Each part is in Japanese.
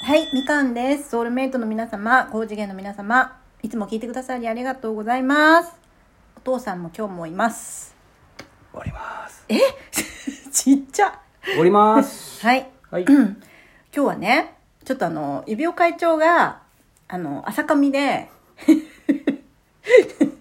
はい、みかんです。ソウルメイトの皆様、高次元の皆様、いつも聞いてくださりありがとうございます。お父さんも今日もいます。終わります。えちっちゃ。終わります。はい、はい。今日はね、ちょっとあの、指尾会長が、あの、朝霞で、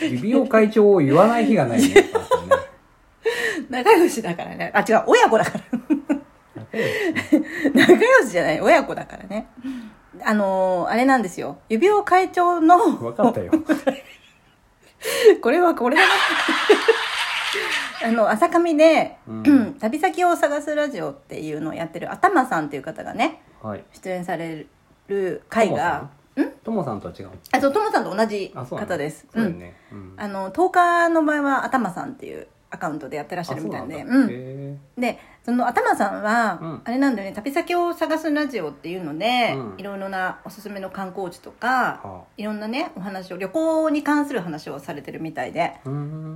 指を会長を言わない日がない ね。仲良しだからね。あ、違う、親子だ から。仲良しじゃない、親子だからね。あの、あれなんですよ。指尾会長の、分かったよ。 これはこれだ なあの朝霞で、うん 旅先を探すラジオっていうのをやってるあたまさんっていう方がねはい。出演される回がともさんとは違う。あそうともさんと同じあ、そう方ですそううだよんね。うんあの10日の場合はあたまさんっていうアカウントでやってらっしゃるみたいであうそうなんんだへでその頭さんは、うんあれなんだよね旅先を探すラジオっていうので、うんいろいろなおすすめの観光地とか、はいろんなねお話を旅行に関する話をされてるみたいで、ーう。うん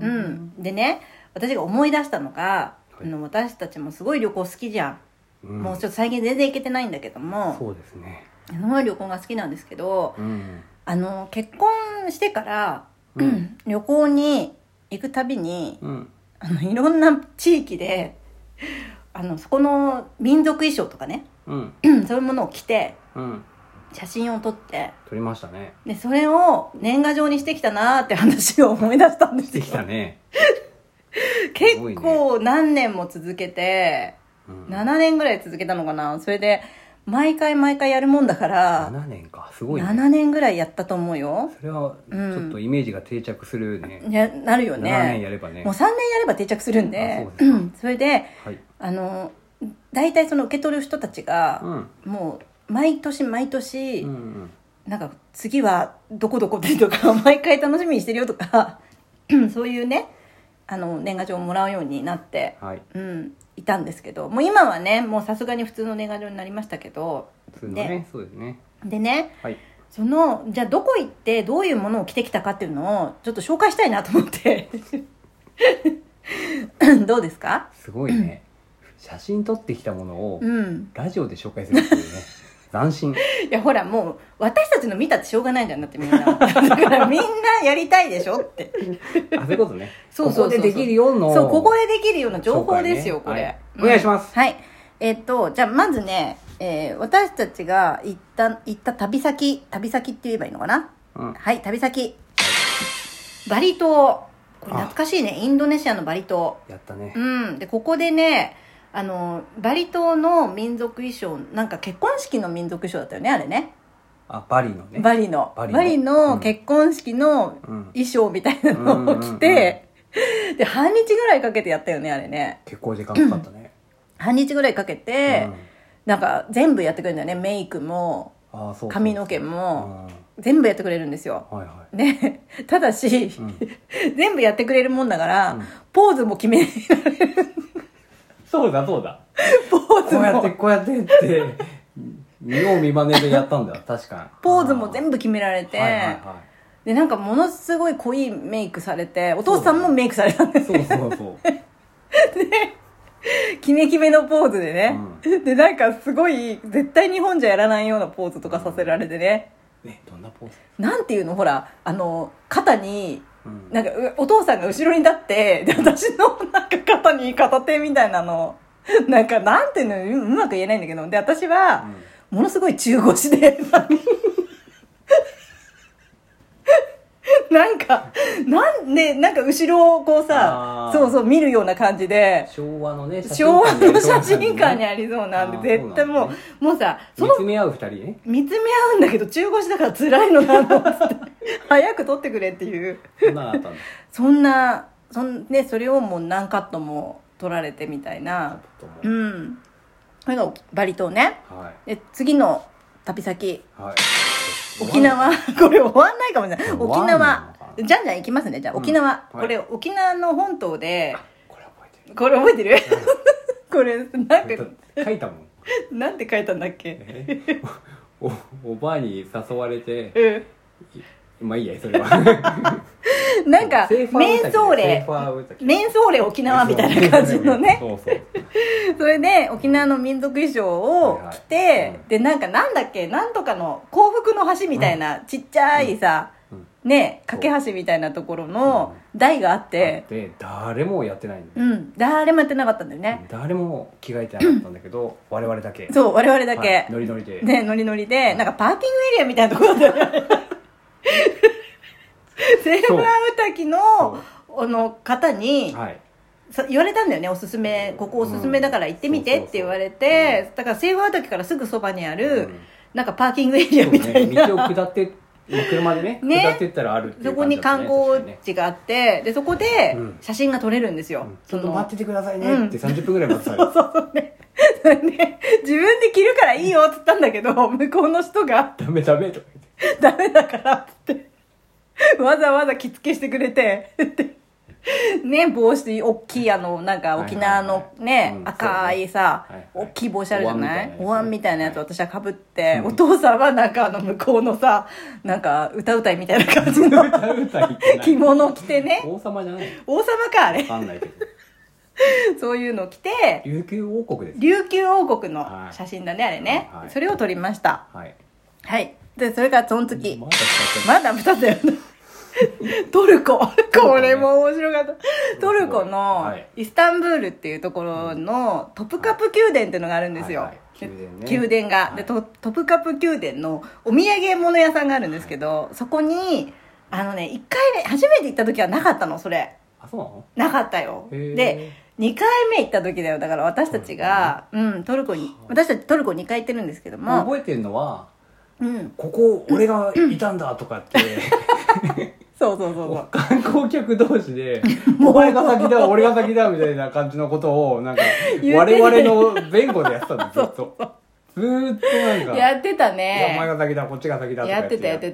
ん、でね私が思い出したのが、はいあの私たちもすごい旅行好きじゃん、うんもうちょっと最近全然行けてないんだけどもそうですね。あの旅行が好きなんですけどうん。あの結婚してから、う旅行に行くたびにうん。あのいろんな地域であのそこの民族衣装とかね うん。そういうものを着てうん。写真を撮って撮りましたね。でそれを年賀状にしてきたなーって話を思い出したんですしてよきたね。結構何年も続けてうん7年ぐらい続けたのかなそれで毎回毎回やるもんだから7年か。すごいね。 7年ぐらいやったと思うよそれは、ちうんょっとイメージが定着するね。いやなるよ7年ねやればねもう。3年やれば定着するんであそうです かんそれではい。あの大体その受け取る人たちうが、ん。もう毎年毎年、うんうん。なんか次はどこどこでとか 毎回楽しみにしてるよとか うんそういうねあの年賀状をもらうようになってはい。うん、いたんですけどもう今はねもうさすがに普通の年賀状になりましたけど普通のね。そうですね。でねはい。そのじゃあどこ行ってどういうものを着てきたかっていうのをちょっと紹介したいなと思って どうですかすごい ね。写真撮ってきたものを、うんラジオで紹介するって いうね斬新いやほらもう私たちの見たってしょうがないじゃんだってみんなだからみんなやりたいでしょ ってあそういうことねそうそうそうそうここでできるよのそうここでできるような情報ですよ紹こ介れ、ねはいうんお願いしますはいえっとじゃあまずね、えー私たちが行った行った旅先旅先って言えばいいのかなうんはい、旅先。バリ島。これあ懐かしいね。インドネシアのバリ島。やったねうん。で、ここでね、あの、バリ島の民族衣装、なんか結婚式の民族衣装だったよね、あれね。あバリのねバリの。バリのバリうのん結婚式のうん衣装みたいなのを着て、で、半日ぐらいかけてやったよね、あれね。結構時間かかったね半日ぐらいかけて、うんなんか全部やってくれるんだよね。メイクも、あそうそう髪の毛も、う全部やってくれるんですよ。んはいはね、ただし、全部やってくれるもんだから、うんポーズも決め、いそうだそうだポーズこ うやっても、こうやってって見よう見まねでやったんだよ確かポーズも部全部決められて、はいはで、なんかものすごい濃いメイクされて、お父さんもメイクされたんいはでいす。そうそうそうキメキメのポーズでね。で、なんかすごい、絶対日本じゃやらないようなポーズとかさせられてね。 えどんなポーズなんていうのほら、あの、肩に、うんなんかうお父さんが後ろに立ってで私のなんか肩に片手みたいなのなんかなんていうのううまく言えないんだけどで私はものすごい中腰で なんかなんかなんでなんか後ろをこうさあーそうそう見るような感じで昭和のね昭和の写真館ににあありそうなんあーで絶対もうそうなんだねもうさそ見のつめ合う二人ね見つめ合うんだけど中腰だから辛いのなのつって 早く撮ってくれっていう。そんなのあったんだそんなそん、ね、それをもう何カットも取られてみたいなと思ううんそれがバリ島ねはいで次の旅先はい。沖縄 これ終わんないかもしれない終沖わんないの縄かなじゃんじゃん行きますねじゃあうん沖縄、はいこれ沖縄の本島でこれ覚えこれ覚えてる これなんてるか。書いたもん。なんて書いたんだっけえおおばあに誘われてうんいまあいいやそれはなんかセーファーウー瞑タキだ想セー霊ファーウータキ瞑想霊沖縄みたいな感じのねそうそうそれで沖縄の民族衣装を着て、はいはいうんでなんかなんだっけなんとかの幸福の橋みたいな、ちっちゃいさ、うんね架け橋みたいなところの台があってで誰もやってないんだようん、誰もやってなかったんだよね、誰も着替えてなかったんだけど我々だけそう我々だけ、はいノリノリでねノリノリでなんかパーキングエリアみたいなところだっ たよねセーフラーウタキのあの方に、はいさ言われたんだよねおすすめここおすすめだから行ってみてうんって言われそうそうてだから西武畑からすぐそばにある、うんなんかパーキングエリアそうみたいねな道を下ってまあ車でね ね下ってったらあるっていそうこ感にじだった観光ね確かにね地があってでそこでうん写真が撮れるんですよ、うんちそょっとの待っててくださいうんねって30分ぐらい待たされるそれで自分で着るからいいよって言ったんだけど向こうの人がダメダメとか言ってダメだからってわざわざ着付けしてくれてね帽子大きいあのなんか沖縄のはいはいねはいうん赤いさそうね大はいはいきい帽子あるじゃないおお椀椀みみたたいいななややつつ私はかぶってお父さんはなんかあの向こうのさなんか歌うたいみたいな感じの歌う歌言ってない着物を着てね王様じゃないの王様かあれわかんないけどそういうのを着て琉球王国です琉球王国の写真だねあれねはいはいそれを撮りましたはいはいでそれからその時まだ使ってまだ2つだよなトルコこれも面白かったトトルルココのはいイスタンブールっていうところのトプカプ宮殿っていうのがあるんですよ、はいはい宮殿ねで宮殿が、はいでトトプカプ宮殿のお土産物屋さんがあるんですけど、そこにあのね1回目初めて行った時はなかったのそれあそうななのかったよへーで2回目行った時だよだから私たちが、うん、トルコに私たちトルコ2回行ってるんですけども、覚えてるのはうん、ここ俺がいたんだと かってそうそうそうそう観光客同 士で「お前が先だ俺が先だ」みたいな感じのことをなんか言って我る々の弁護でやって たんだずっとずーっとなんかやってたいやねお前が先だこっちが先だとかやってたやってう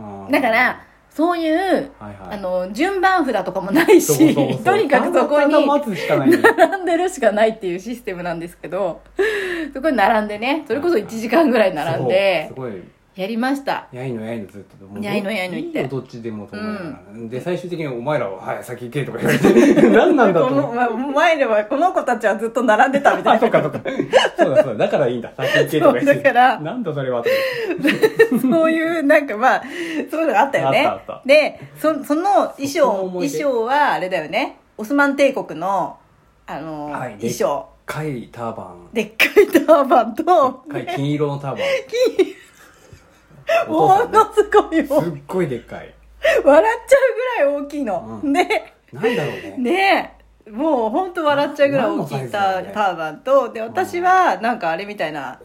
んだからそういう、はいはいあの順番札とかもないしそうそうそう とにかくそこただただ待につしかない並んでるしかないっていうシステムなんですけど そこに並んでねそれこそ1時間ぐらい 並んそでうすごいやりましたやいのやいのずっともうやいのやいの言っていよどっちでもと思いながらで最終的に「お前らははい先行け」とか言われて 何なんだと この思うま前ではこの子たちはずっと並んでたみたあ いそっなかそっかそうだそうだだからいいんだ先行けとか言ってそうだからなんだそれはとそういうなんかまあそういうのがあったよねあったあったでそその衣そこ装の思衣い出装はあれだよねオスマン帝国のあの、はい衣装貝ターバンでっかいターバンとでっかい金色の ターバンおも父のすごいさ大んねすっごいでっかい笑っちゃうぐらい大きいの、うんでなんだろうねねえもう本当笑っちゃうぐらい大きい何のサイズタだろうねーターバンとで私はなんかあれみたいな、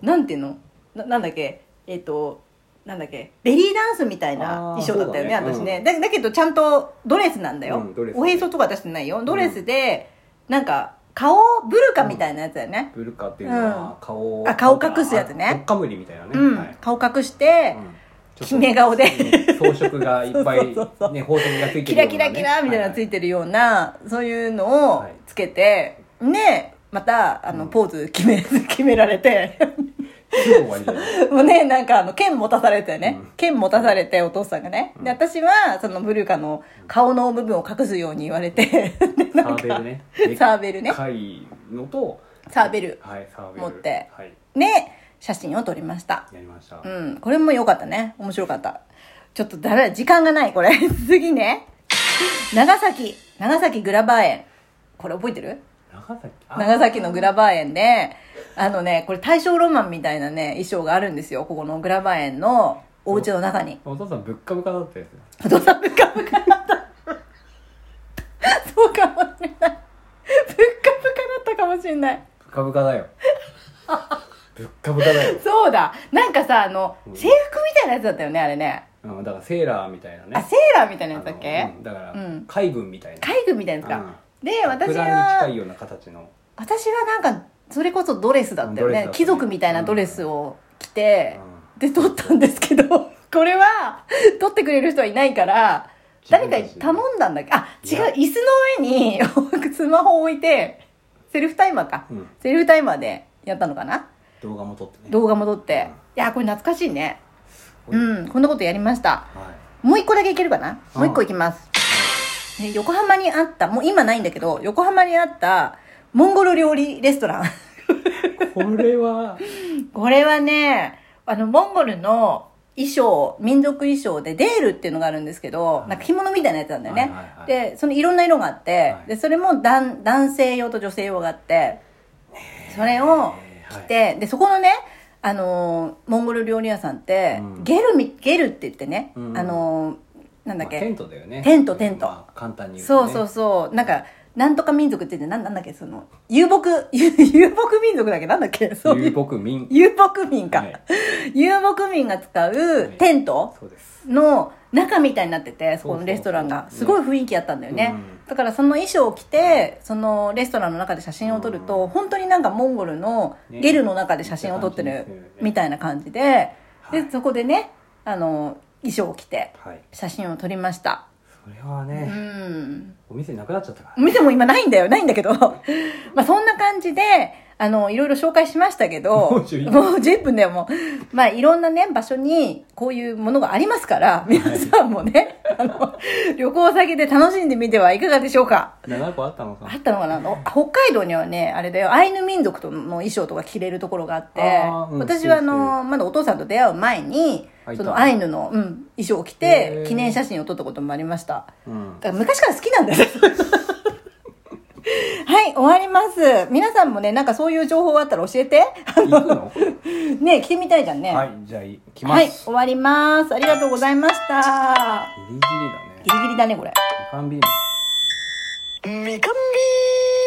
なんていうのななんだっけえっ、となんだっけベリーダンスみたいなあー衣装だったよねそうだね私ね、だだけどちゃんとドレスなんだよ、うんドレスおへそとか出してないよドレスで、なんか顔ブルカみたいなやつだよねブルカっていうのは顔をあ顔隠すやつねあほっかむりみたいなねうん、はい顔隠して、うんちょっと決め顔でうん装飾がいっぱい そうそうそうね宝石がついてキるよラキうなねラキラみたいなのついてるような、そういうのをはいつけて、ねまたあの、うんポーズ決め 決められて すぐ終わりだよもうねなんかあの剣持たされてね、うん剣持たされてお父さんがね、で私はそのブルーカの顔の部分を隠すように言われてで なサんーベかルねサーベルね貝のとサーベルはいサーベル持ってはいね写真を撮りましたやりましたうんこれも良かったね面白かったちょっとダメだ時間がないこれ 次ね長崎長崎グラバー園これ覚えてる長崎あ長崎のグラバー園で、あのね、これ大正ロマンみたいなね、衣装があるんですよ。ここのグラバー園のお家の中に。お父さんぶっかぶかだったやつお父さん、ぶっかぶかだった。そうかもしれない。ぶっかぶかだったかもしれない。ぶっかぶか だよぶっかぶかだよそうだ。なんかさ、あの、制服みたいなやつだったよね、あれね。うんだからセーラーみたいなあ、ねセーラーみたいなやつだっあけのうんだからうん海軍みたいな海軍みたいなやつうんか。で、私桜に近いは、ような形の私はなんか、それこそドレスだったよドレスねだっ。たね貴族みたいなドレスを着て、で撮ったんですけど これは撮ってくれる人はいないから誰かに頼んだんだっけあ違いうや椅子の上に スマホを置いてセルフタイマーか、うんセルフタイマーでやったのかな動画も撮ってね動画も撮っていやこれ懐かしいねうんこんなことやりましたはいもう一個だけいけるかなうんもう一個いきます、ね横浜にあったもう今ないんだけど横浜にあったモンゴル料理レストラン これは、これはねあのモンゴルの衣装民族衣装でデールっていうのがあるんですけど、はいなんか着物みたいなやつなんだよね、はいはいはいでそのいろんな色があって、はいでそれも男男性用と女性用があって それを着て、でそこのねあのーモンゴル料理屋さんって、うんゲルみゲルって言ってね、うんあのーなんだっまあテけ、ントだよね。テントテントまあ簡単に言うとそうね。そうそうなんかなんとか民族って言ってなんなんだっけその遊牧 遊遊牧民族だっけなんだっけそうい遊う牧民。遊牧民か、はい遊牧民が使ういテント、そうです。の中みたいになっててそこのレストランがそうすそうそごうい雰囲気あったんだよね、うんだからその衣装を着てそのレストランの中で写真を撮ると、うん本当になんかモンゴルのねゲルの中で写真を撮ってめっちゃる感じですよみたいな感じで、ねはいでそこでねあの衣装を着てはい。写真を撮りましたそれはうね、んお店なくなっちゃったから。見ても今ないんだよないんだけど まあそんな感じであのいろいろ紹介しましたけどもう11分もう11分だよもうまあいろんなね場所にこういうものがありますから皆さんもね、あの旅行先で楽しんでみてはいかがでしょうか7個あったのか。あったのかなお北海道にはねあれだよアイヌ民族との衣装とか着れるところがあってあーうん私はあそうそのまだお父さんと出会う前にあいたそのアイヌの、うん、衣装を着へてー記念写真を撮ったこともありましたうん。だから昔から好きなんだよ はい終わります皆さんもねなんかそういう情報あったら教えて 行くのね着てみたいじゃんねはい、じゃあ行きまはいす。終わりますありがとうございましたギリギリだねギ。リギリだねこれみかんビーム。みかんビ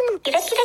ームキラキラ